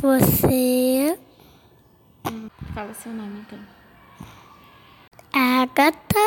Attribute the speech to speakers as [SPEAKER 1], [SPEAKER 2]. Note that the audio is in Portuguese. [SPEAKER 1] Você,
[SPEAKER 2] Fala seu nome então.
[SPEAKER 1] Agatha,